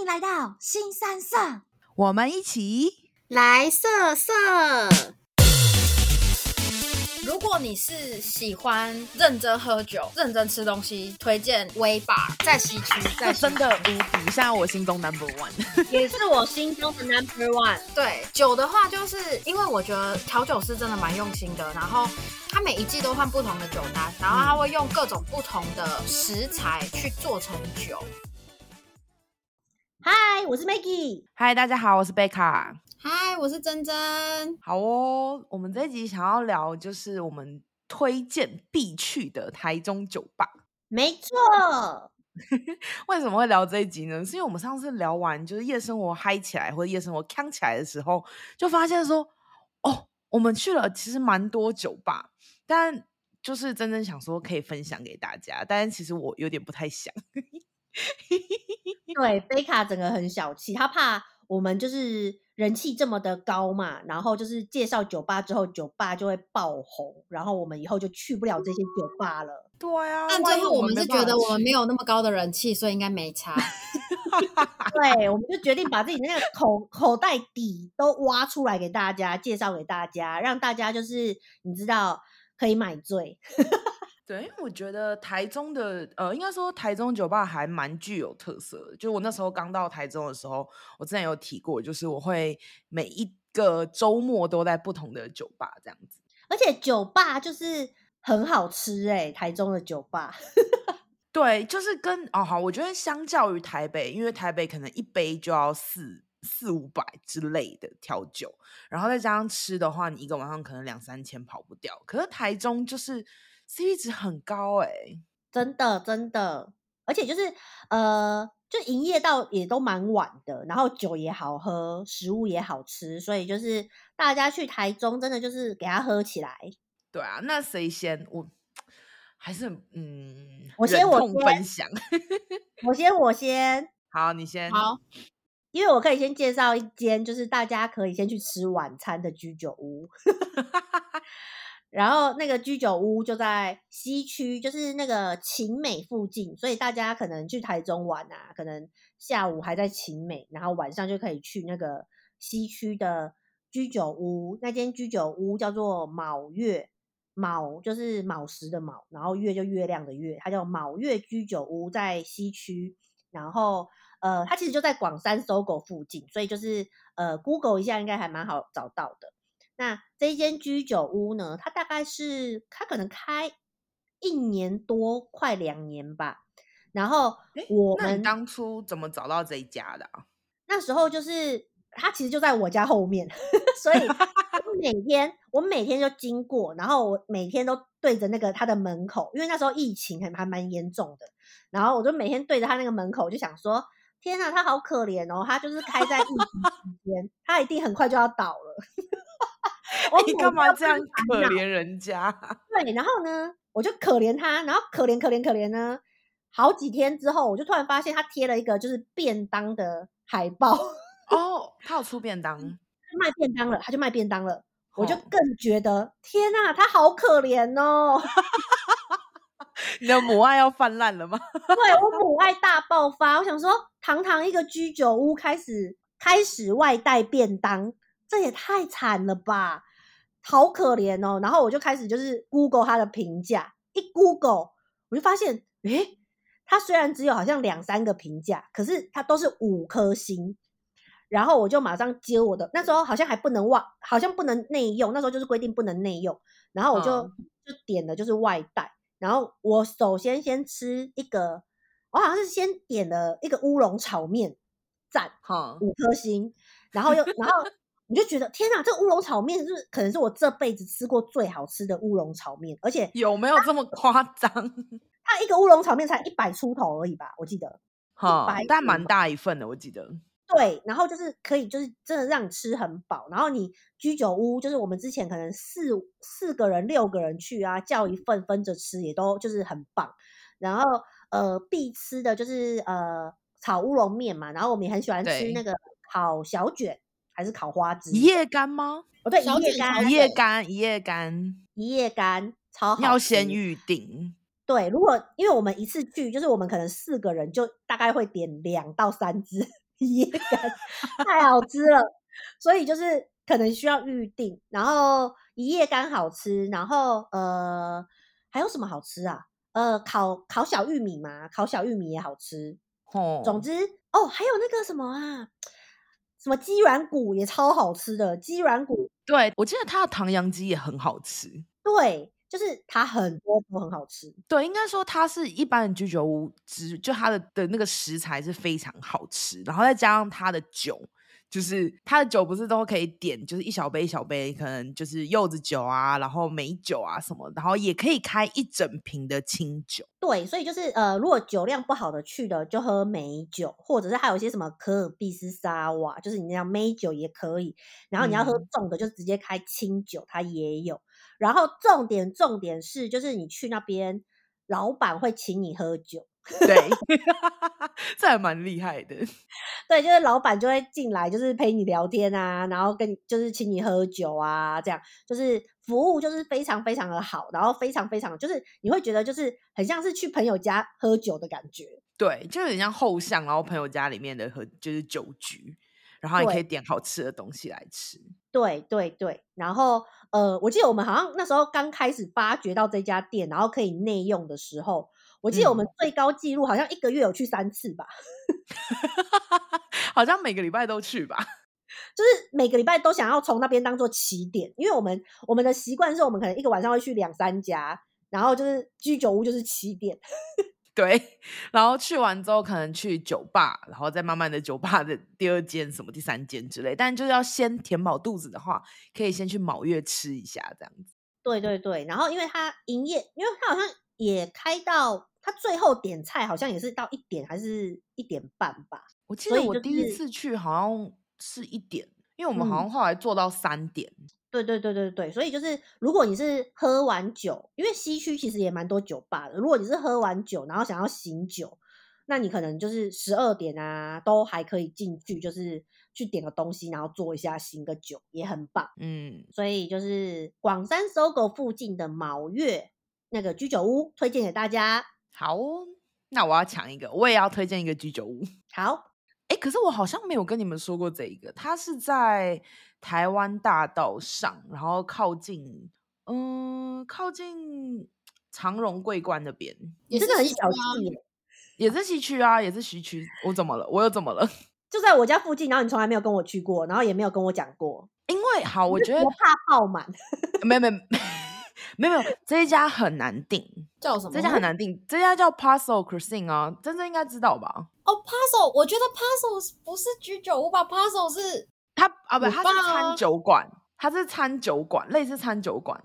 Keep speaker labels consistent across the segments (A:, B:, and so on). A: 迎来到新三色，
B: 我们一起
C: 来色色。
D: 如果你是喜欢认真喝酒、认真吃东西，推荐威霸在西区，在
B: 这
D: 西
B: 真的无敌，现在我心中 number one。
C: 也是我心中的 number one。
D: 对酒的话，就是因为我觉得调酒师真的蛮用心的，然后他每一季都换不同的酒单，然后他会用各种不同的食材去做成酒。
A: 嗨，我是 Maggie。
B: 嗨，大家好，我是贝卡。
D: 嗨，我是珍珍，
B: 好哦，我们这一集想要聊就是我们推荐必去的台中酒吧。
A: 没错，
B: 为什么会聊这一集呢？是因为我们上次聊完就是夜生活嗨起来或者夜生活康起来的时候，就发现说，哦，我们去了其实蛮多酒吧，但就是真正想说可以分享给大家，但是其实我有点不太想。
A: 对，贝卡整个很小气，他怕我们就是人气这么的高嘛，然后就是介绍酒吧之后，酒吧就会爆红，然后我们以后就去不了这些酒吧了。
B: 对啊，
D: 但
B: 万
D: 最
B: 一
D: 后我们
B: 没
D: 是
B: 办
D: 觉
B: 法
D: 得我们
B: 去
D: 没有那么高的人气，所以应该没差。
A: 对，我们就决定把自己的那个口口袋底都挖出来给大家介绍给大家，让大家就是你知道可以买醉。
B: 对，因为我觉得台中的呃，应该说台中酒吧还蛮具有特色的。就我那时候刚到台中的时候，我之前有提过，就是我会每一个周末都在不同的酒吧这样子。
A: 而且酒吧就是很好吃哎、台中的酒吧
B: 对，就是跟哦好，我觉得相较于台北，因为台北可能一杯就要四四五百之类的调酒，然后再加上吃的话，你一个晚上可能两三千跑不掉。可是台中就是 CP 值很高哎、
A: 真的真的，而且就是呃，就营业到也都蛮晚的，然后酒也好喝，食物也好吃，所以就是大家去台中真的就是给它喝起来。
B: 对啊，那谁先？我还是很嗯，
A: 我
B: 忍
A: 先我
B: 痛分享。
A: 我先我先，
B: 好，你先。
D: 好，
A: 因为我可以先介绍一间，就是大家可以先去吃晚餐的居酒屋。 然后那个居酒屋就在西区，就是那个晴美附近，所以大家可能去台中玩啊，可能下午还在晴美，然后晚上就可以去那个西区的居酒屋。那间居酒屋叫做卯月，卯就是卯时的卯，然后月就月亮的月，它叫卯月居酒屋，在西区。然后呃，它其实就在广山搜狗附近，所以就是呃，Google 一下应该还蛮好找到的。那这一间居酒屋呢，它大概是它可能开一年多，快两年吧。然后
B: 诶
A: 我
B: 那
A: 们哦
B: 你当初怎么找到这一家的、啊？
A: 那时候就是它其实就在我家后面， 所以我每天我每天就经过，然后我每天都对着那个它的门口，因为那时候疫情还还蛮严重的，然后我就每天对着它那个门口就想说，天呐，它好可怜哦，它就是开在疫情期间，它一定很快就要倒了。我
B: 啊你
A: 每
B: 干嘛
A: 天
B: 这样可
A: 恼
B: 怜 人家？
A: 对，然后呢，我就可怜他，然后可怜可怜可怜呢，好几天之后，我就突然发现他贴了一个就是便当的海报，他
B: 哦，他有出便当，
A: 卖便当了，他就卖便当了，嗯我就
B: 哦
A: 更觉得天呐，他好可怜哦，
B: 你的母爱要泛滥了吗？
A: 对 我母爱大爆发，我想说，堂堂一个居酒屋开始开始外带便当，这也太惨了吧，好可怜哦。然后我就开始就是 Google 它的评价，一 Google 我就发现，诶，它虽然只有好像两三个评价，可是它都是五颗星。然后我就马上接我的，那时候好像还不能外，好像不能内用，那时候就是规定不能内用。然后我就、
B: 嗯
A: 就点的就是外带，然后我首先先吃一个，我好像是先点了一个乌龙炒面，赞
B: 哈、
A: 五颗星，然后又然后你就觉得天哪，这乌龙炒面是不是可能是我这辈子吃过最好吃的乌龙炒面，而且
B: 有没有这么夸 张？
A: 它一个乌龙炒面才一百出头而已吧，我记得。
B: 哈、
A: 百
B: 但
A: 五
B: 蛮
A: 吧
B: 大一份的，我记
A: 嗯
B: 得。
A: 对，然后就是可以，就是真的让你吃很饱。然后你居酒屋，就是我们之前可能四四个人、六个人去啊，叫一份分着吃，也都就是很棒。然后呃，必吃的就是呃炒乌龙面嘛，然后我们也很喜欢吃
B: 对
A: 那个烤小卷还是烤花枝，
B: 一夜干吗？
A: 哦对，
D: 小
A: 一夜
D: 卷小
A: 干
B: 一
D: 卷
B: 夜干，一夜干
A: 一夜干超好
B: 要先
A: 吃
B: 预定。
A: 对，如果因为我们一次去，就是我们可能四个人就大概会点两到三只 椰干，太好吃了。所以就是可能需要预定，然后一夜干好吃，然后呃还有什么好吃啊？呃，烤烤小玉米嘛，烤小玉米也好吃。
B: 哦，
A: 总之哦，还有那个什么啊，什么鸡软骨也超好吃的，鸡软骨
B: 对我记得它的唐扬鸡也很好吃。
A: 对，就是它很多都很好吃。
B: 对，应该说它是一般的居酒屋之，就它的的那个食材是非常好吃，然后再加上它的酒，就是它的酒不是都可以点，就是一小杯一小杯，可能就是柚子酒啊，然后美酒啊什么，然后也可以开一整瓶的清酒。
A: 对，所以就是呃，如果酒量不好的去的，就喝美酒，或者是还有一些什么可尔必斯沙瓦，就是你那样美酒也可以。然后你要喝重的，就直接开清酒，它也有。然后重点重点是，就是你去那边，老板会请你喝酒。
B: 对， 这还蛮厉害的。
A: 对，就是老板就会进来，就是陪你聊天啊，然后跟你就是请你喝酒啊，这样就是服务就是非常非常的好，然后非常非常就是你会觉得就是很像是去朋友家喝酒的感觉。
B: 对，就有点像后巷，然后朋友家里面的和就是酒局，然后你可以
A: 对
B: 点好吃的东西来吃。
A: 对对对，然后呃，我记得我们好像那时候刚开始发掘到这家店，然后可以内用的时候，我记得我们最高记录好像一个月有去三次吧，
B: 好像每个礼拜都去吧。
A: 就是每个礼拜都想要从那边当做起点，因为我们我们的习惯是我们可能一个晚上会去两三家，然后就是居酒屋就是起点，
B: 对， 然后去完之后可能去酒吧，然后再慢慢的酒吧的第二间、什么第三间之类，但就是要先填饱肚子的话，可以先去卯月吃一下这样子。
A: 对对对，然后因为它营业，因为它好像也开到它最后点菜好像也是到一点还是一点半吧，
B: 我记
A: 所
B: 得
A: 以
B: 我
A: 就
B: 第一
A: 是
B: 次去好像是一点，因为我们
A: 嗯
B: 好像后来做到三点。
A: 对对对对对，所以就是如果你是喝完酒，因为西区其实也蛮多酒吧的，如果你是喝完酒然后想要醒酒，那你可能就是十二点啊都还可以进去，就是去点个东西，然后做一下醒个酒也很棒。
B: 嗯，
A: 所以就是广山搜狗附近的卯月那个居酒屋推荐给大家。
B: 好哦，那我要抢一个，我也要推荐一个居酒屋。
A: 好，
B: 哎，可是我好像没有跟你们说过这一个，它是在台湾大道上，然后靠近，嗯、靠近长荣桂冠那边，
A: 你
D: 也
A: 真
D: 是
A: 的很
D: 西
A: 小
D: 区吗
A: 气耶，
B: 也是西区啊，也是西区。我怎么了？我又怎么了？
A: 就在我家附近，然后你从来没有跟我去过，然后也没有跟我讲过，
B: 因为好，我
A: 你
B: 觉
A: 是
B: 得
A: 多怕爆满。
B: 没有没有 没有没有，这一家很难定，
D: 叫什么？
B: 这家很难定，这家叫 Parcel Cuisine 啊，真正应该知道吧？
D: 哦，Puzzle，我觉得 Puzzle 不是居酒屋吧？Puzzle 是
B: 它啊不，
D: 有
B: 它
D: 吧
B: 是餐酒馆，它是餐酒馆，类似餐酒馆。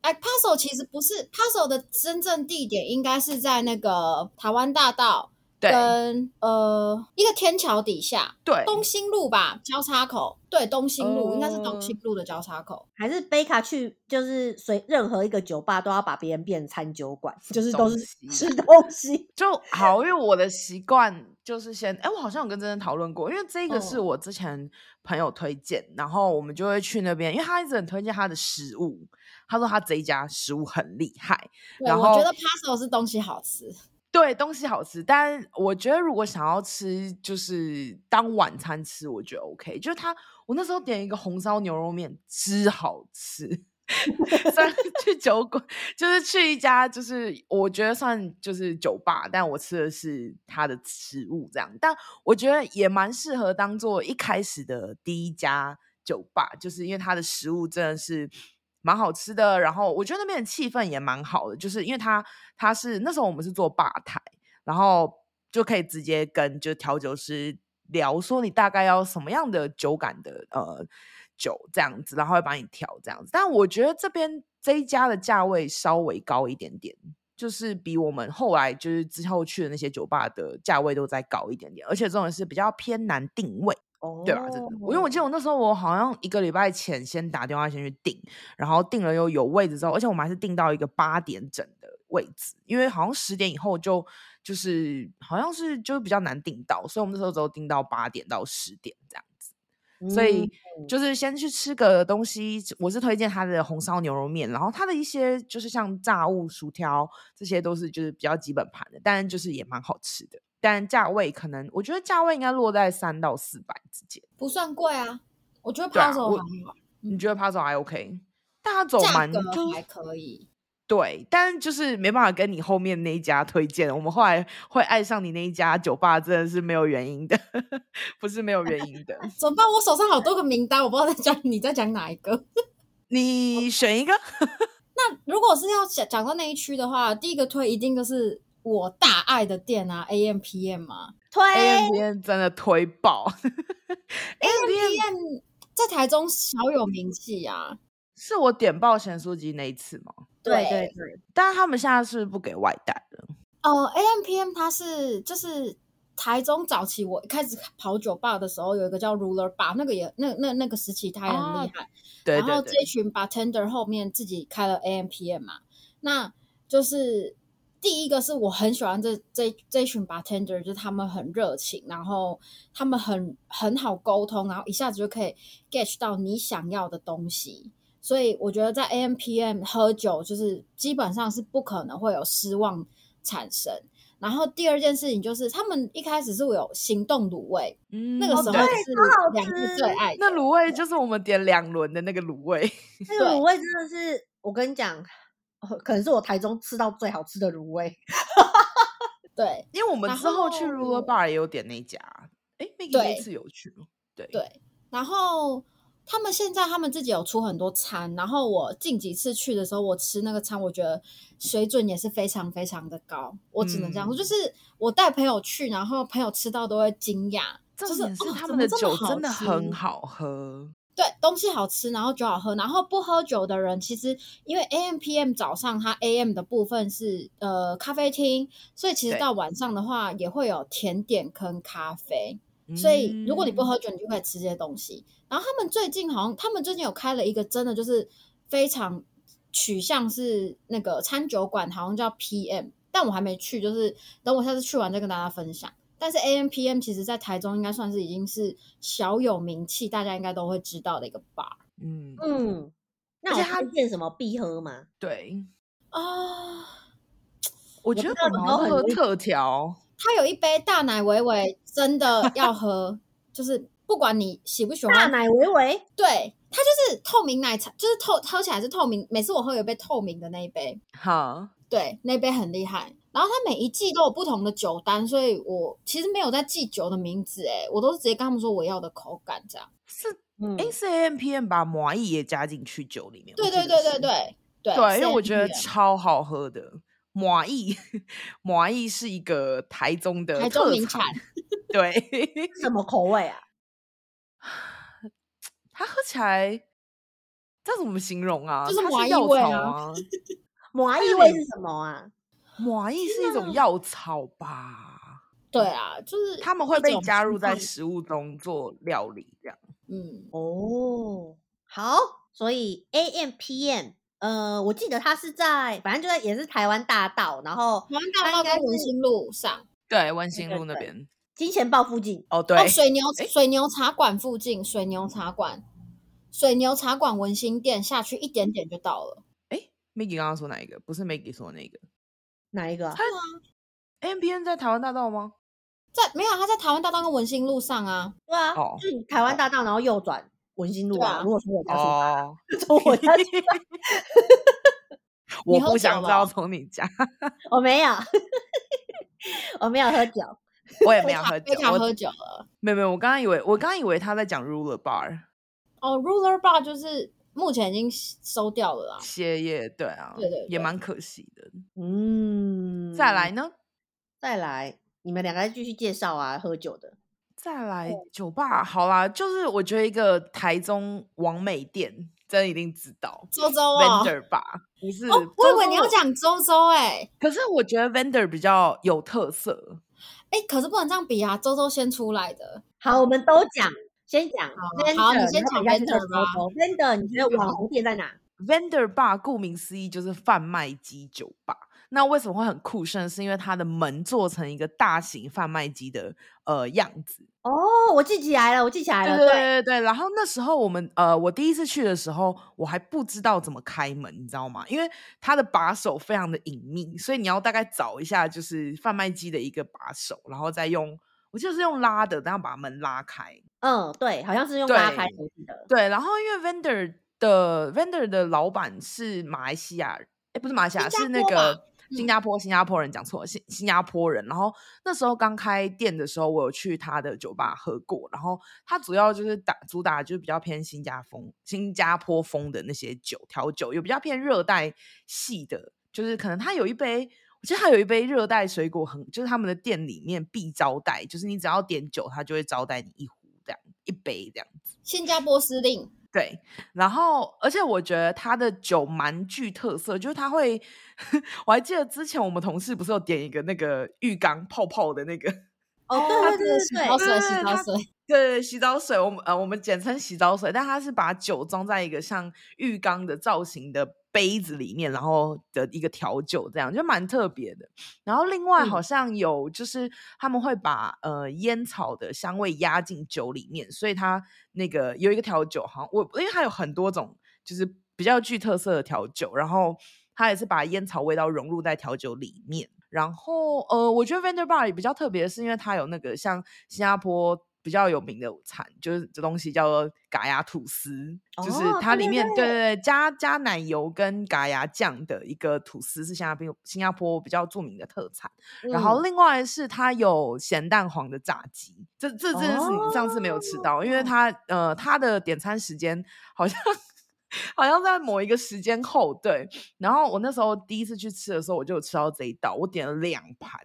D: 哎，Puzzle 其实不是 Puzzle 的真正地点，应该是在那个台湾大道
B: 对
D: 跟呃一个天桥底下
B: 对，
D: 东兴路吧交叉口。对，东兴路、应该是
B: 哦
D: 东兴路的交叉口。
A: 还是贝卡去，就是随任何一个酒吧都要把别人变成餐酒馆，就是
B: 东
A: 都是
B: 西
A: 吃东西。
B: 就好，因为我的习惯就是先，哎，我好像有跟珍珍讨论过，因为这个是我之前朋友推荐，然后我们就会去那边，因为他一直很推荐他的食物，他说他这一家食物很厉害，
D: 对，
B: 然
D: 我
B: 后
D: 觉得 Puzzle 是东西好吃。
B: 对，东西好吃，但我觉得如果想要吃，就是当晚餐吃，我觉得 OK。就是他，我那时候点一个红烧牛肉面，之好吃。 算去酒馆，就是去一家，就是我觉得算就是酒吧，但我吃的是它的食物这样，但我觉得也蛮适合当做一开始的第一家酒吧，就是因为它的食物真的是蛮好吃的，然后我觉得那边的气氛也蛮好的，就是因为它它是那时候我们是做吧台，然后就可以直接跟就调酒师聊说你大概要什么样的酒感的呃酒这样子，然后会帮你调这样子。但我觉得这边这一家的价位稍微高一点点，就是比我们后来就是之后去的那些酒吧的价位都再高一点点，而且这种是比较偏难定位。
A: 哦
B: 对吧？真的，我因为我记得我那时候我好像一个礼拜前先打电话先去订，然后订了又有位置之后，而且我们还是订到一个八点整的位置，因为好像十点以后就就是好像是就比较难订到，所以我们那时候只有订到八点到十点这样子。所
A: 嗯
B: 以就是先去吃个东西，我是推荐他的红烧牛肉面，然后他的一些就是像炸物、薯条，这些都是就是比较基本盘的，但就是也蛮好吃的。但价位可能我觉得价位应该落在三到四百之间。
D: 不算贵啊。我觉得
B: 对啊
D: 泡手
B: 我
D: 还好，
B: 你觉得趴走还 OK？但它走
D: 价
B: 蛮
D: 格
B: 就是
D: 还可以。
B: 对，但就是没办法跟你后面那一家推荐。我们后来会爱上你那一家酒吧，真的是没有原因的， 不是没有原因 的。
D: 怎么办？我手上好多个名单，我不知道在讲你在讲哪一个。
B: 你选一个，
D: 那 如果是要讲讲到那一区的话，第一个推一定就是我大爱的店啊，AM PM 啊
A: 推
B: A M B N 真的推爆，A M B N
D: ，AM 在台中小有名气啊。
B: 是我点爆咸酥鸡那一次吗？
A: 对对对，
B: 但是他们现在是不是不给外带了，
D: 哦，AM PM 它是就是台中早期我一开始跑酒吧的时候，有一个叫 Ruler Bar，那个也那那那个时期它也很厉害。
B: 对
D: 然
B: 对
D: 后
B: 对，
D: 这群 bartender 后面自己开了 AMPM 嘛，那就是第一个是我很喜欢这这这群 bartender，就是他们很热情，然后他们很很好沟通，然后一下子就可以 get 到你想要的东西。所以我觉得在 AMPM 喝酒就是基本上是不可能会有失望产生。然后第二件事情就是他们一开始是有行动卤味，
B: 嗯
D: 那个时候
B: 对
D: 是
A: 好
D: 两个
A: 吃
D: 最爱的。
B: 那卤味就是我们点两轮的那个卤味，
A: 那个
D: 对
A: 卤味真的是，我跟你讲，哦可能是我台中吃到最好吃的卤味。
D: 对，
B: 因为我们
D: 然
B: 之后去
D: 后
B: Ruler Bar 也有点那家，哎，Maggie 那
D: 对
B: 次有去吗？对
D: 对然后他们现在他们自己有出很多餐，然后我近几次去的时候，我吃那个餐，我觉得水准也是非常非常的高，我只能这样说，
B: 嗯
D: 就是我带朋友去，然后朋友吃到都会惊讶，
B: 重
D: 就是
B: 点是
D: 哦
B: 他
D: 怎
B: 们
D: 么
B: 的
D: 这么
B: 酒真的
D: 好
B: 很
D: 吃
B: 好喝，
D: 对，东西好吃，然后酒好喝，然后不喝酒的人，其实因为 A M P M 早上它 A M 的部分是呃咖啡厅，所以其实
B: 对
D: 到晚上的话也会有甜点跟咖啡，所以如果你不
B: 嗯
D: 喝酒，你就可以吃这些东西。然后他们最近好像，他们最近有开了一个真的就是非常取向是那个餐酒馆，好像叫 PM，但我还没去，就是等我下次去完再跟大家分享。但是 AM PM 其实在台中应该算是已经是小有名气，大家应该都会知道的一个 bar
B: 嗯，
A: 嗯，
B: 而
A: 那
B: 且
A: 我
B: 它
A: 推荐什么必喝吗？
B: 对，
D: 啊。
B: 我
A: 不
B: 觉得
A: 知道
B: 我们
A: 有
B: 好
A: 没有
B: 像都
A: 很
B: 喝
A: 容易
B: 特调，
D: 它有一杯大奶维维，真的要喝，就是不管你喜不喜欢
A: 大奶维维，
D: 对，它就是透明奶茶，就是透喝起来是透明。每次我喝有一杯透明的那一杯，
B: 好，
D: 对，那杯很厉害。然后它每一季都有不同的酒单，所以我其实没有在记酒的名字，诶，我都是直接跟他们说我要的口感这样。
B: 是
A: 嗯，
B: A C M P M 把麻蚁也加进去酒里面，我
D: 对
B: 记
D: 对
B: 得
D: 对对
B: 是
D: 对
B: 对，
D: 对对，
B: 因为我觉得
D: CMPM
B: 超好喝的。麻蚁， 麻蚁是一个台中的
D: 台中
B: 特
D: 名
B: 产
D: 产，
B: 对，
A: 什么口味啊？
B: 它喝起来，这怎么形容啊？
D: 就是
B: 它
D: 麻
B: 是
D: 蚁
B: 药
D: 味
B: 草
D: 啊
B: 啊，
A: 麻
B: 有
A: 意味
B: 点
A: 是什么啊？
B: 麻蚁是一种药草吧？
D: 对啊，就是
B: 他们会
D: 一
B: 被
D: 种
B: 加入
D: 形
B: 在
D: 状
B: 食物中做料理，这样。
D: 嗯，
A: 哦，好，所以 A M P M，呃，我记得它是在，反正就在也是台湾大道，然后
D: 台湾大
A: 它
B: 嗯
D: 道
A: 应该
D: 跟文
A: 是
D: 心路上，
B: 对，万兴
A: 对
B: 路那
A: 对
B: 边。
A: 金钱豹附近。
B: 哦，对，
D: 哦，水牛水牛茶馆附近，水牛茶馆，水牛茶馆文心店下去一点点就到了。
B: 哎，Maggie 刚刚说哪一个？不是 Maggie 说的那个。
A: 哪一个啊？
B: M P N 在台湾大道吗？
D: 在没有，他在台湾大道跟文心路上啊。
A: 对啊，
B: 哦
A: 就是台湾大道，然后右转文心路啊。
D: 对啊
A: 如果从我家出发，
B: 哦，
A: 从我家出发，
B: 我
D: 你喝
B: 不想
D: 酒
B: 知
D: 了
B: 道
D: 哦
B: 从你家，
A: 我没有， 我没有喝酒。
B: 我也
D: 贝
B: 没有
D: 塔
B: 喝酒
D: 贝，塔
B: 我
D: 喝酒了。
B: 没有没有，我刚刚以为我刚刚以为他在讲 Ruler Bar
D: 哦，Ruler Bar 就是目前已经收掉了啦。
B: 歇业，对啊，
D: 对对
B: 也
D: 对
B: 蛮可惜的。
A: 嗯，
B: 再来，呢？
A: 再来，你们两个继续介绍啊，喝酒的。
B: 再来
D: 嗯
B: 酒吧，好啦，就是我觉得一个台中王美店，真的一定知道
D: 周周哦，
B: Vendor 吧，不是？
D: 哦，我以为你要
B: 周周，
D: 讲周周哎
B: 可是我觉得 Vendor 比较有特色，
D: 哎，可是不能这样比啊，周周先出来的。
A: 好，我们都讲，先讲
D: 好
A: vendor，
D: 你先讲 vendor 吧
A: vendor，你觉得网红店在哪？
B: Vendor Bar，顾名思义就是贩卖机酒吧。那为什么会很酷炫？是因为它的门做成一个大型贩卖机的呃样子。
A: 哦，我记起来了，我记起来了，
B: 对对对对。然后那时候我们呃，我第一次去的时候，我还不知道怎么开门，你知道吗？因为它的把手非常的隐秘，所以你要大概找一下，就是贩卖机的一个把手，然后再用，我记得是用拉的，然后把门拉开。
A: 嗯，对，好像是用拉
B: 对
A: 开头记得，
B: 对，然后因为 vendor 的 vendor 的老板是马来西亚人，哎，不是马来西亚，
E: 新加
B: 是那
E: 坡吧嗯
B: 个新加坡新加坡人，讲错了，新新加坡人。然后那时候刚开店的时候，我有去他的酒吧喝过，然后他主要就是打主打就是比较偏新加风、新加坡风的那些酒调酒，有比较偏热带系的，就是可能他有一杯。我记得他有一杯热带水果很，就是他们的店里面必招待，就是你只要点酒，他就会招待你一壶这样，一杯这样。
D: 新加坡司令，
B: 对，然后而且我觉得它的酒蛮具特色，就是它会， 我还记得之前我们同事不是有点一个那个浴缸泡泡的那个，
A: 哦，
D: 它
A: 对对对对
D: 这个洗澡
A: 对，
D: 水，
B: 对嗯
D: 洗澡
B: 它
D: 水，
B: 对，洗澡水，我们呃我们简称洗澡水，但它是把酒装在一个像浴缸的造型的杯子里面，然后的一个调酒，这样就蛮特别的。然后另外好像有就是他们会把呃烟草的香味压进酒里面，所以它那个有一个调酒，好像我因为它有很多种就是比较具特色的调酒，然后它也是把烟草味道融入在调酒里面。然后呃，我觉得 Vendor Bar 也比较特别，是因为它有那个像新加坡比较有名的产，就是这东西叫做嘎牙吐司，就是
A: 哦
B: 它
A: 对
B: 里
A: 对
B: 面对对对加加奶油跟嘎牙酱的一个吐司是新加坡新加坡比较著名的特产。
A: 嗯
B: 然后另外是它有咸蛋黄的炸鸡，这这这件事情上次没有吃到，因为它呃它的点餐时间好像 好像在某一个时间后对，然后我那时候第一次去吃的时候，我就有吃到这一道，我点了两盘，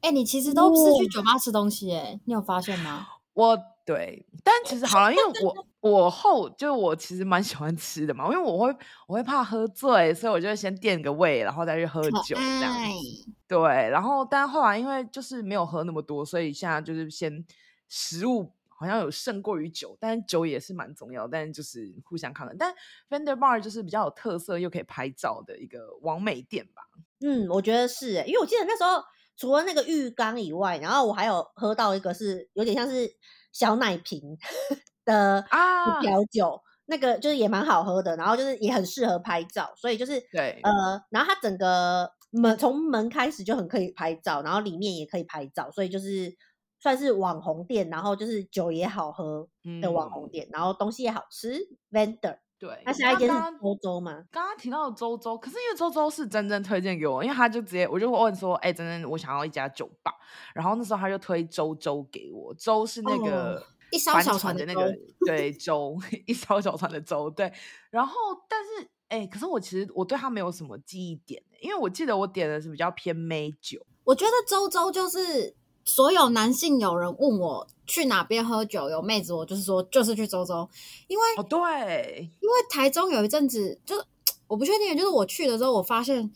D: 哎、你其实都是去酒吧吃东西、哎，你有发现吗？
B: 我对，但其实好了，因为我我后就是我其实蛮喜欢吃的嘛，因为我会我会怕喝醉，所以我就会先垫个胃，然后再去喝酒这样
D: 哎
B: 子。对，然后但后来因为就是没有喝那么多，所以现在就是先食物好像有胜过于酒，但是酒也是蛮重要，但就是互相抗衡。但 Vendor Bar 就是比较有特色又可以拍照的一个完美店吧。
A: 嗯，我觉得是欸、因为我记得那时候除了那个浴缸以外，然后我还有喝到一个是有点像是小奶瓶的的
B: 啊
A: 调酒，那个就是也蛮好喝的，然后就是也很适合拍照，所以就是
B: 对
A: 呃，然后它整个门从门开始就很可以拍照，然后里面也可以拍照，所以就是算是网红店，然后就是酒也好喝的网红
B: 嗯
A: 店，然后东西也好吃，vendor。
B: 对，
A: 那下一间是
B: 刚刚
A: 欧洲吗？
B: 刚刚提到的周周，可是因为周周是真真推荐给我，因为他就直接我就问说，哎、真真我想要一家酒吧，然后那时候他就推周周给我，周是
A: 哦
B: 那个、
E: 一艘
B: 帆
E: 小船
B: 的
E: 的
B: 那个对舟，一艘小船的舟对。然后，但是哎、可是我其实我对他没有什么记忆点、欸因为我记得我点的是比较偏美酒，
D: 我觉得周周就是所有男性友人问我去哪边喝酒有妹子，我就是说就是去周周，因为
B: 哦对，
D: 因为台中有一阵子就是我不确定，就是我去的时候，我发现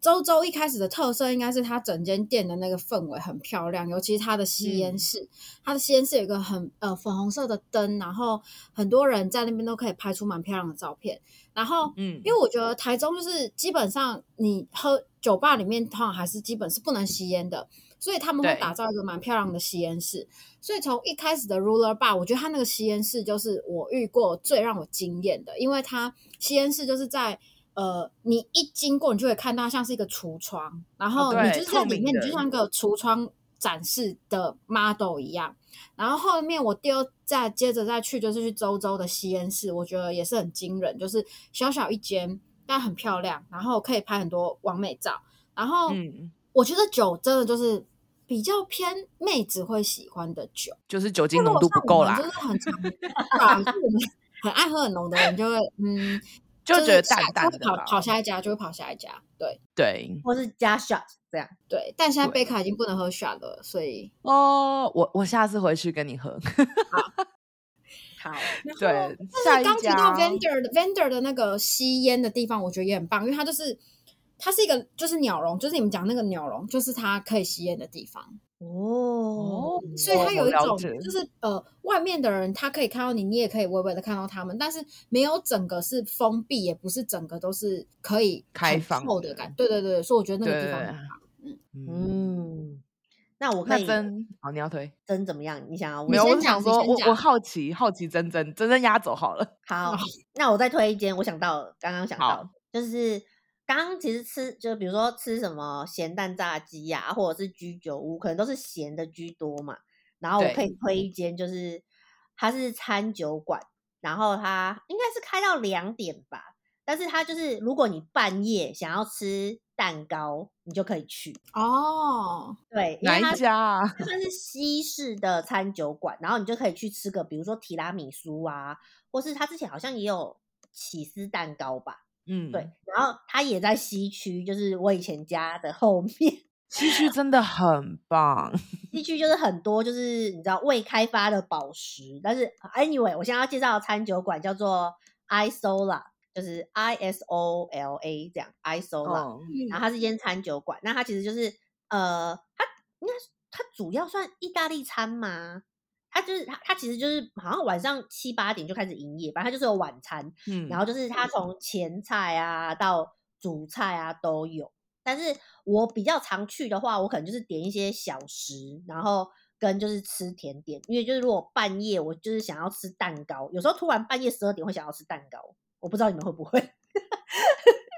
D: 周周一开始的特色应该是它整间店的那个氛围很漂亮，尤其是它的吸烟
B: 嗯
D: 室，它的吸烟室有一个很呃粉红色的灯，然后很多人在那边都可以拍出蛮漂亮的照片。然后，
B: 嗯
D: 因为我觉得台中就是基本上你喝酒吧里面通常还是基本是不能吸烟的，所以他们会
B: 对
D: 打造一个蛮漂亮的吸烟室。所以从一开始的 Ruler Bar，我觉得它那个吸烟室就是我遇过最让我惊艳的，因为它吸烟室就是在呃，你一经过你就会看到像是一个橱窗，然后
B: 哦对
D: 你就是在
B: 透
D: 里
B: 明
D: 面，你
B: 的
D: 就像个橱窗展示的 model 一样。然后后面我第二再接着再去就是去周周的吸烟室，我觉得也是很惊人，就是小小一间，但很漂亮，然后可以拍很多完美照。然后
B: 嗯，
D: 我觉得酒真的就是比较偏妹子会喜欢的酒，
B: 就是酒精
D: 如
B: 浓
D: 果
B: 度不
D: 像我
B: 够
D: 们
B: 啦
D: 就，是很常 对啊，就是我们很爱喝很浓的人就会嗯，
B: 就是觉得
D: 下
B: 淡淡
D: 就会
B: 的
D: 跑
B: 啦
D: 跑下一家就会跑下一家，对
B: 对
A: 或是加 shot 这样？
D: 对。但现在
B: 对
D: 贝卡已经不能喝 shot 了，所以
B: 哦，我我下次回去跟你喝，
A: 好，
B: 对，下一
D: 但是刚提
B: 家
D: 到 vendor 的 vendor 的那个吸烟的地方，我觉得也很棒，因为它就是它是一个就是鸟笼，就是你们讲那个鸟笼，就是它可以吸烟的地方。
A: 哦，
F: 所以它有一
B: 了
F: 种
B: 解
F: 就是呃，外面的人他可以看到你，你也可以微微的看到他们，但是没有整个是封闭，也不是整个都是可以
B: 开
F: 很
B: 放
F: 透的
B: 的
F: 感。对对对，所以我觉得那个地方
B: 对
F: 很棒
B: 嗯，
A: 嗯，那我可
B: 那
A: 以
B: 真好，你要推
A: 真怎么样？你想要问
B: 没有？
A: 什
B: 我
F: 先
B: 是
F: 讲
B: 想
F: 你
B: 说，
F: 先
B: 我我
F: 讲
B: 好奇好奇真真真真压轴好了，
A: 么好，那我再推一间，我想到了，刚刚想到
B: 嗯好
A: 的，就是刚刚其实吃，就比如说吃什么咸蛋炸鸡呀、或者是居酒屋，可能都是咸的居多嘛。然后我
B: 对
A: 可以推一间，就是它是餐酒馆，然后它应该是开到两点吧，但是它就是如果你半夜想要吃蛋糕，你就可以去。
F: 哦，
A: 对，因
B: 哪
A: 为
B: 一
A: 它
B: 家啊？
A: 它算是西式的餐酒馆，然后你就可以去吃个，比如说提拉米苏啊，或是它之前好像也有起司蛋糕吧，
B: 嗯，
A: 对，，然后它也在西区，就是我以前家的后面，
B: 西区真的很棒，
A: 西区就是很多就是你知道未开发的宝石，但是 anyway，我现在要介绍的餐酒馆叫做 Isola，就是 I S O L A 这样 Isola，、
B: 嗯，
A: 然后它是一间餐酒馆，那它其实就是呃，它应该是它主要算意大利餐吗？它就是它，它其实就是好像晚上七八点就开始营业，反正它就是有晚餐，
B: 嗯
A: 然后就是它从前菜啊到主菜啊都有。但是我比较常去的话，我可能就是点一些小食，然后跟就是吃甜点，因为就是如果半夜我就是想要吃蛋糕，有时候突然半夜十二点会想要吃蛋糕，我不知道你们会不会。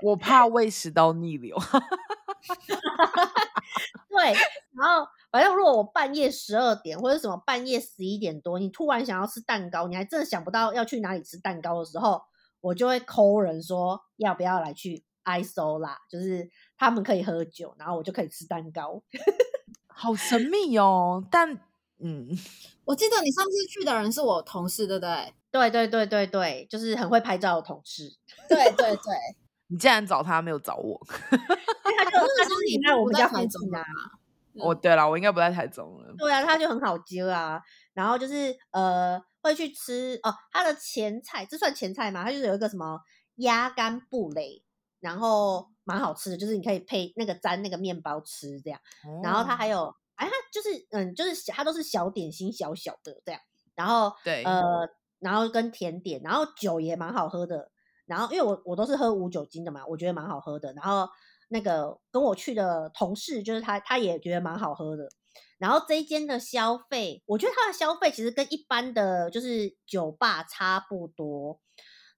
B: 我怕胃食道逆流，
A: 对，然后反正如果我半夜十二点或者什么半夜十一点多，你突然想要吃蛋糕，你还真的想不到要去哪里吃蛋糕的时候，我就会抠人说要不要来去 ISO 啦，就是他们可以喝酒，然后我就可以吃蛋糕。
B: 好神秘哦。但嗯，
F: 我记得你上次去的人是我同事，对不对？
A: 对对对对对，就是很会拍照的同事，
F: 对对 对，
B: 你竟然找他没有找我？
A: 因为他
F: 那
A: 就他
F: 时
A: 就
F: 候
A: 是
F: 你
A: 也在我
F: 不
A: 们
F: 在
A: 家
F: 台
A: 附
F: 中
A: 近
F: 了
A: 啊，
B: 哦，对了，我应该不在台中了。
A: 对啊，它就很好揪啊。然后就是呃，会去吃哦，它的前菜，这算前菜吗？它就是有一个什么鸭肝布蕾，然后蛮好吃的，就是你可以配那个沾那个面包吃这样。
B: 哦
A: 然后它还
B: 有
A: 有，哎，它就是嗯，就是小它都是小点心，小小的这样。然后
B: 对
A: 呃，然后跟甜点，然后酒也蛮好喝的。然后因为我我都是喝无酒精的嘛，我觉得蛮好喝的。然后那个跟我去的同事，就是他，他也觉得蛮好喝的。然后这一间的消费，我觉得它的消费其实跟一般的就是酒吧差不多，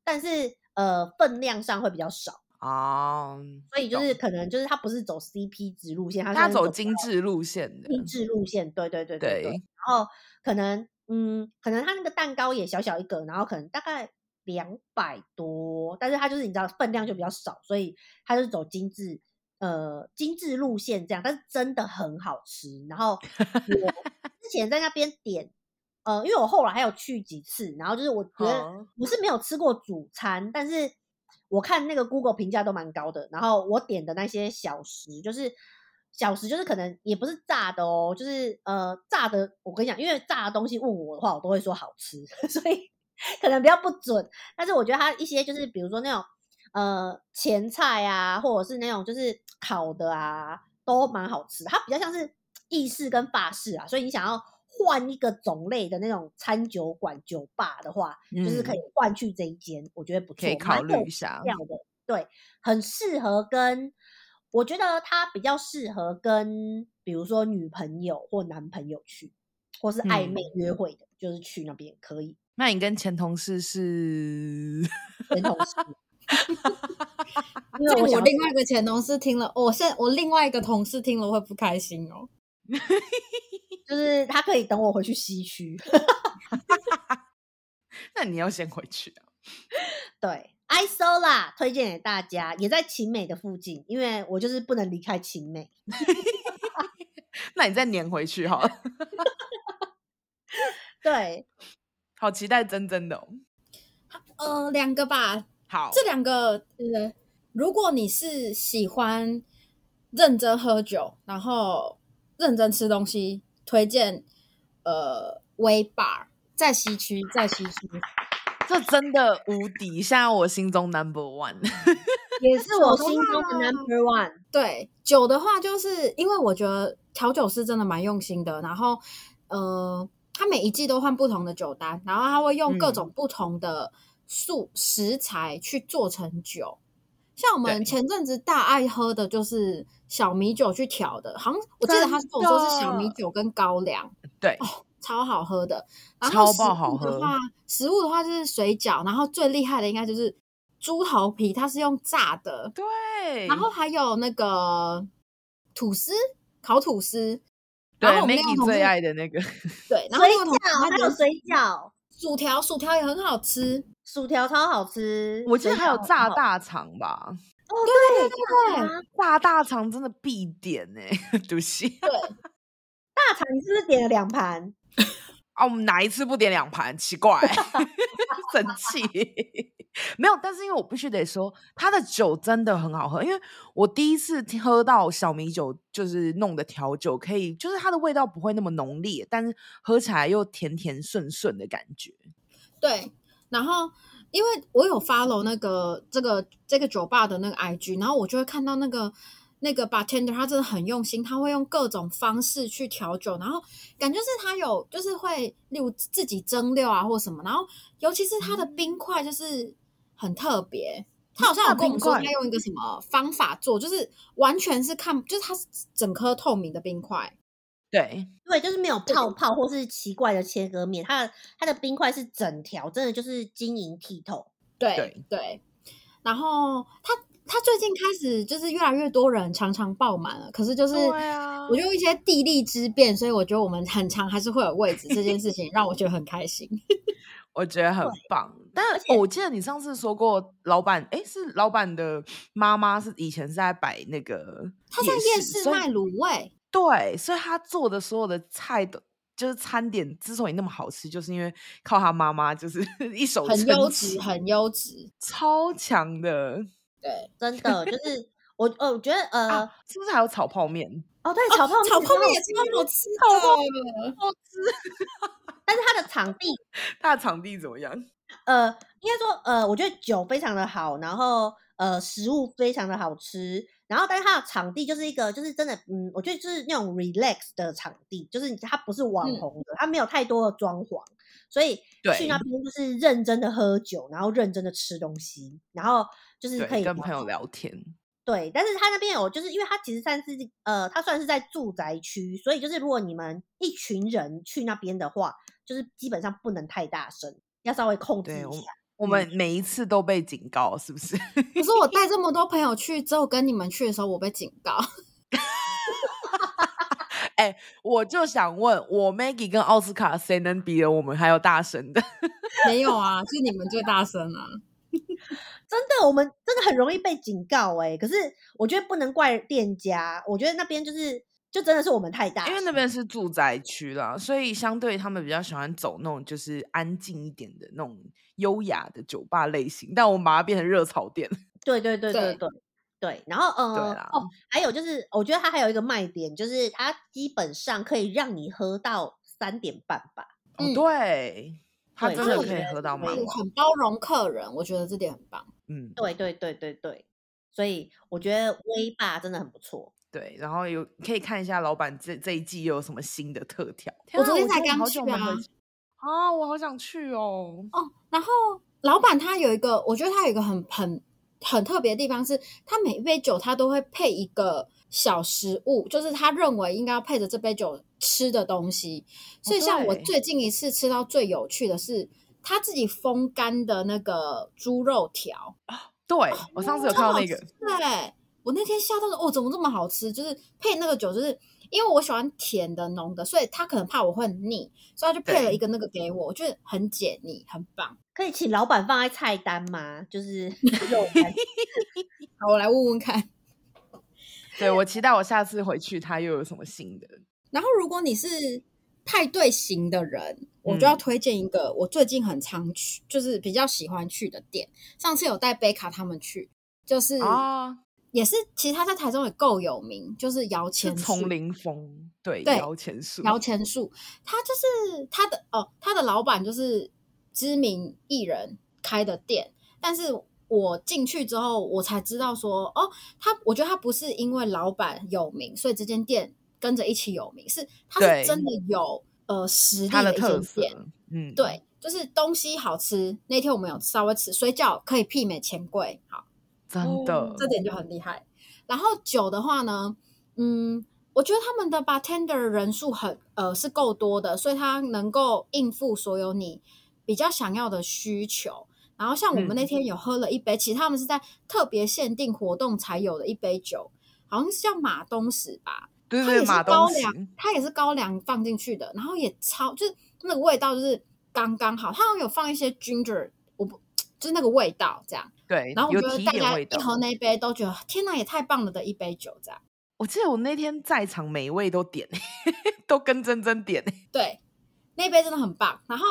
A: 但是呃分量上会比较少，
B: 啊，
A: 所以就
B: 懂
A: 是可能就是它不是走 CP 值路线，它
B: 他
A: 算是
B: 走
A: 比较
B: 精致路线的，
A: 精致路线，对对对对对。
B: 对
A: 然后可能嗯，可能它那个蛋糕也小小一个，然后可能大概两百多，但是它就是你知道分量就比较少，所以它就是走精致呃精致路线这样，但是真的很好吃。然后我之前在那边点。呃，因为我后来还有去几次，然后就是我觉得
B: 好
A: 我是没有吃过主餐，但是我看那个 Google 评价都蛮高的，然后我点的那些小食就是小食就是可能也不是炸的哦，就是呃炸的。我跟你讲，因为炸的东西问我的话，我都会说好吃， 所以可能比较不准。但是我觉得它一些就是比如说那种呃前菜啊，或者是那种就是烤的啊，都蛮好吃的。它比较像是意式跟法式啊，所以你想要换一个种类的那种餐酒馆、酒吧的话，就是可以换去这一间，我觉得不错，
B: 嗯可以
A: 蛮
B: 考虑
A: 有
B: 一下。
A: 料的，对，很适合跟，我觉得它比较适合跟，比如说女朋友或男朋友去，或是暧昧
B: 嗯
A: 约会的，就是去那边可以。
B: 那你跟前同事是？
A: 跟同事因
F: 这个
A: 为我
F: 啊我
A: 想
F: 另外一个前同事听了，我现我另外一个同事听了会不开心哦。
A: 就是他可以等我回去西区，
B: 那你要先回去啊。
A: 对。isola 推荐给大家，也在晴美的附近，因为我就是不能离开晴美。
B: 那你再撵回去好了。
A: 对，
B: 好期待真真的、哦。
F: 呃，两个吧，
B: 好，
F: 这两个呃，如果你是喜欢认真喝酒，然后认真吃东西，推荐呃微 bar 在西区，在西区，
B: 这真的无敌，现在我心中 number one。
A: 也是我
D: 手
A: 心中的
D: 动啊
A: number one。
D: 对，酒的话，就是因为我觉得调酒师真的蛮用心的，然后呃，他每一季都换不同的酒单，然后他会用各
B: 嗯
D: 种不同的素食材去做成酒。像我
B: 对
D: 们前阵子大爱喝的就是小米酒去调的，好像我记得他
B: 真
D: 跟我说是
B: 的
D: 小米酒跟高粱，哦
B: 对，
D: 超好喝的。然
B: 超
D: 后食
B: 爆好
D: 物的
B: 喝
D: 话，食物的话就是水饺，然后最厉害的应该就是猪头皮，它是用炸的，
B: 对，
D: 然后还有那个吐司，烤吐司。
B: 对
D: 然后我们另外
B: Maggie
D: 同
B: 最
D: 事
B: 爱的那个，
D: 对，然后
A: 水
D: 另外同事
A: 饺
D: 他
A: 还
D: 觉
A: 有
D: 得
A: 水饺，
D: 薯条，薯条也很好吃。
A: 薯条超好吃。
B: 我记得
A: 水
B: 还有
A: 饺很
B: 炸
A: 好
B: 大肠吧，
D: 对对
A: 啊
D: 对对，
B: 炸大肠真的必点呢、欸，对不起
A: 大肠，你是不是点了两盘？
B: 啊，我们哪一次不点两盘？奇怪， 生气。没有，但是因为我必须得说，它的酒真的很好喝。因为我第一次听喝到小米酒，就是弄的调酒，可以就是它的味道不会那么浓烈，但是喝起来又甜甜顺顺的感觉。
D: 对，然后因为我有 follow 那个这个这个酒吧的那个 IG，然后我就会看到那个那个 bartender 他真的很用心，他会用各种方式去调酒，然后感觉是他有就是会例如自己蒸馏啊或什么，然后尤其是他的冰块就是很特别。他好像有跟我们说，
B: 那冰块
D: 他用一个什么方法做，就是完全是看，就是它是整颗透明的冰块，
B: 对，
A: 对，就是没有泡泡或是奇怪的切割面，它的它的冰块是整条，真的就是晶莹剔透。
D: 对
B: 对
D: 对，然后他他最近开始就是越来越多人常常爆满了，可是就是
B: 对啊
D: 我觉得一些地利之便，所以我觉得我们很常还是会有位置，这件事情让我觉得很开心。
B: 我觉得很棒。但
A: 而
B: 哦
A: 且
B: 我记得你上次说过，老板诶，是老板的妈妈是以前是在摆那个
D: 他在夜市
B: 所以
D: 卖卤味，
B: 对，所以他做的所有的菜都就是餐点之所以那么好吃，就是因为靠他妈妈就是 一手
D: 很优
B: 撑
D: 质，
B: 起，
D: 很优质。
B: 超强的
D: 对，
A: 真的就是 我呃，我觉得呃，
B: 啊！是不是还有炒泡面？
A: 哦对，炒泡面
D: 炒
A: 很
D: 泡
A: 好
D: 面也
A: 吃
D: 超好吃
B: 炒泡
D: 的，
A: 但是它的场地
B: 他的场地怎么样？
A: 呃，应该说呃，我觉得酒非常的好，然后呃，食物非常的好吃，然后但是它的场地就是一个就是真的嗯，我觉得就是那种 relax 的场地，就是它不是网
D: 嗯
A: 红的，它没有太多的装潢，所以去那
B: 对
A: 边就是认真的喝酒，然后认真的吃东西，然后就是可
B: 对，
A: 以
B: 跟朋
A: 聊
B: 友聊天，
A: 对，但是他那边有，就是因为他其实算是呃，他算是在住宅区，所以就是如果你们一群人去那边的话，就是基本上不能太大声，要稍微控制
B: 对
A: 一
B: 我
A: 下。
B: 我们每一次都被警告，是不是？
D: 可是我带这么多朋友去，只有跟你们去的时候，我被警告。
B: 我就想问，我 Maggie 跟奥斯卡谁能比得我们还有大神的？
D: 没有啊，就你们最大声啊。
A: 真的，我们真的很容易被警告哎、可是我觉得不能怪店家，我觉得那边就是就真的是我们太大声，
B: 因为那边是住宅区啦，所以相对他们比较喜欢走那种就是安静一点的那种优雅的酒吧类型，但我们把它变成热炒店。
A: 对对对对
D: 对
A: 对对，然后呃
B: 对啦
A: 哦，还有就是我觉得它还有一个卖点，就是它基本上可以让你喝到三点半吧。
B: 哦，
D: 嗯
B: 对，它
A: 对
B: 真
D: 它
B: 的
D: 我
B: 可
D: 觉
B: 以
D: 得
B: 喝到
A: 是
B: 蛮
A: 有
B: 晚。
D: 很包容客人，我觉得这点很棒。
B: 嗯，
A: 对对对对对，所以我觉得威霸真的很不错。
B: 对。然后有可以看一下老板这这一季又有什么新的特调。天
D: 我
B: 啊
D: 昨天才
B: 觉得
D: 刚
B: 好久
D: 去
B: 没回
D: 啊
B: 去啊，我好想去哦。
D: 哦，然后老板他有一个，我觉得他有一个很很很特别的地方是，他每一杯酒他都会配一个小食物，就是他认为应该要配着这杯酒吃的东西。所以像我
B: 对
D: 最近一次吃到最有趣的是。他自己风干的那个猪肉条，
B: 对，我上次有
D: 哦
B: 看
D: 超
B: 到
D: 好
B: 那个
D: 吃，对我那天吓到说，哦，怎么这么好吃？就是配那个酒，就是因为我喜欢甜的、浓的，所以他可能怕我会很腻，所以他就配了
B: 对
D: 一个那个给我，我觉得很解腻，很棒。
A: 可以请老板放在菜单吗？就是肉干
D: 好，我来问问看。
B: 对我期待我下次回去它又有什么新的。
D: 然后，如果你是派对型的人，我
B: 嗯
D: 就要推荐一个我最近很常去，就是比较喜欢去的店。上次有带贝卡他们去，就是、
B: 啊，
D: 也是，其实他在台中也够有名，就是摇
B: 是
D: 钱树
B: 丛。林风，对，
D: 对
B: 摇钱树，
D: 摇钱树，他就是他的哦，他的老板就是知名艺人开的店，但是我进去之后，我才知道说，哦，他我觉得他不是因为老板有名，所以这间店跟着一起有名，是他
B: 对
D: 是真的有呃实力
B: 它的
D: 一
B: 特
D: 间
B: 色
D: 店。，
B: 嗯，，
D: 对，就是东西好吃。那天我们有稍微吃水饺，可以媲美钱柜，好，
B: 哦真的，
D: 这点就很厉害。然后酒的话呢，嗯，我觉得他们的 bartender 人数很呃是够多的，所以他能够应付所有你比较想要的需求。然后像我们
B: 嗯
D: 那天有喝了一杯，其实他们是在特别限定活动才有的一杯酒，好像是叫马东石吧，
B: 对
D: 它
B: 对
D: 也
B: 对，
D: 是
B: 马
D: 高
B: 东
D: 粱
B: 石，，
D: 它也是高粱放进去的，然后也超就是那个味道就是刚刚好，它好像有放一些 ginger，我不就是那个味道这样。
B: 对，
D: 然后我
B: 有
D: 觉得
B: 提一
D: 大
B: 点
D: 家
B: 味
D: 一
B: 道。
D: 喝那一杯都觉得天哪，也太棒了的一杯酒这样。
B: 我记得我那天在场每一位都点， 都跟珍珍点，欸
D: 对，那杯真的很棒。然后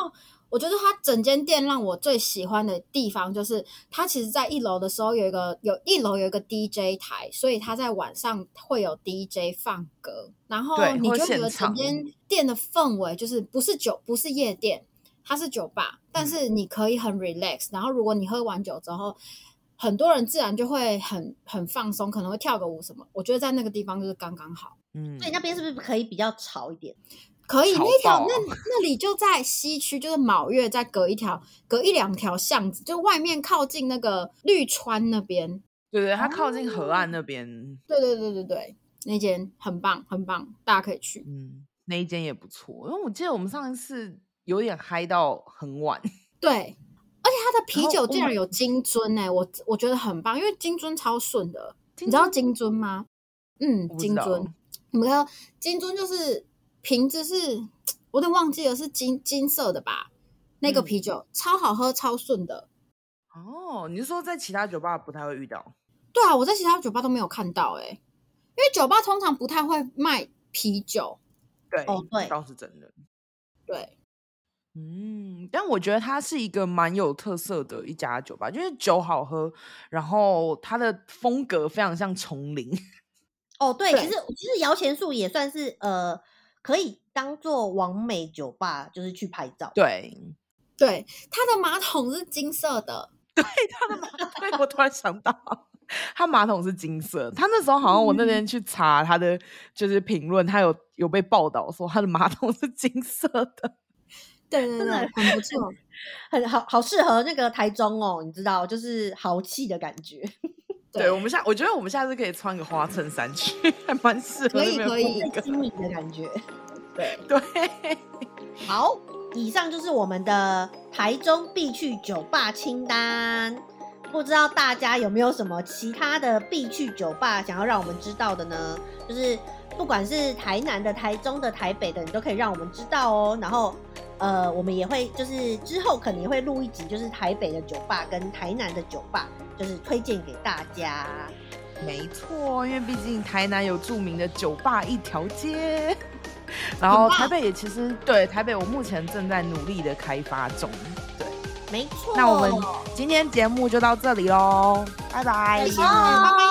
D: 我觉得它整间店让我最喜欢的地方就是，它其实在一楼的时候有一个有一楼有一个 DJ 台，所以它在晚上会有 DJ 放歌，然后
B: 对
D: 你
B: 或
D: 就觉得
B: 现场
D: 整间店的氛围就是不是酒不是夜店，它是酒
B: 嗯
D: 吧，但是你可以很 relax。然后如果你喝完酒之后。很多人自然就会很很放松，可能会跳个舞什么。我觉得在那个地方就是刚刚好。
B: 嗯
A: 所以那边是不是可以比较潮一点？
D: 可以，
B: 草
D: 那条
B: 爆啊
D: 那那里就在西区，就是卯月，再隔一条，隔一两条巷子，就外面靠近那个绿川那边。
B: 对对，它靠近河岸那边，
D: 对对对对对，那间很棒很棒，大家可以去。
B: 嗯，那一间也不错，因为我记得我们上一次有点嗨到很晚，
D: 对，而且它的啤
B: 然后
D: 酒
B: 我
D: 竟然
B: 买
D: 有金樽哎、我我觉得很棒，因为金樽超顺的。
B: 你
D: 你知道金樽吗？
B: 我，
D: 嗯
B: 不知
D: 金
B: 道
D: 樽，你们看到金樽就是瓶子是，我有点忘记了是金金色的吧？那个
B: 嗯
D: 啤酒、超好喝，超顺的。
B: 哦，你是说在其他酒吧不太会遇到？
D: 对啊，我在其他酒吧都没有看到哎、因为酒吧通常不太会卖啤酒。
B: 对，
A: 哦对
B: 倒是真的。
D: 对，
B: 嗯，但我觉得它是一个蛮有特色的一家酒吧，就是酒好喝，然后它的风格非常像丛林。
A: 哦，对，其
D: 对
A: 实其实摇钱树也算是呃，可以当做完美酒吧，就是去拍照。
B: 对，
D: 对，它的马桶是金色的，
B: 对，我突然想到，它马桶是金色。它那时候好像我
D: 嗯
B: 那天去查它的就是评论，它有有被报道说它的马桶是金色的。
D: 对对
A: 真
D: 对，
A: 的
D: 很不错。
A: 很好，好适合那个台中哦，你知道，就是豪气的感觉。
B: 对我们下，我觉得我们下次可以穿个花衬衫去，还蛮适合
D: 可以
B: 那 边
D: 可以
B: 风格
A: 经营的感觉。
B: 对，
A: 好，以上就是我们的台中必去酒吧清单。不知道大家有没有什么其他的必去酒吧想要让我们知道的呢？就是不管是台南的、台中的、台北的，你都可以让我们知道哦。然后，呃，我们也会就是之后可能也会录一集，就是台北的酒吧跟台南的酒吧，就是推荐给大家。
B: 没错，因为毕竟台南有著名的酒吧一条街，然后台北也其实对台北，我目前正在努力的开发中。对，
A: 没错，
B: 那我们今天节目就到这里喽，拜拜，
D: 拜拜。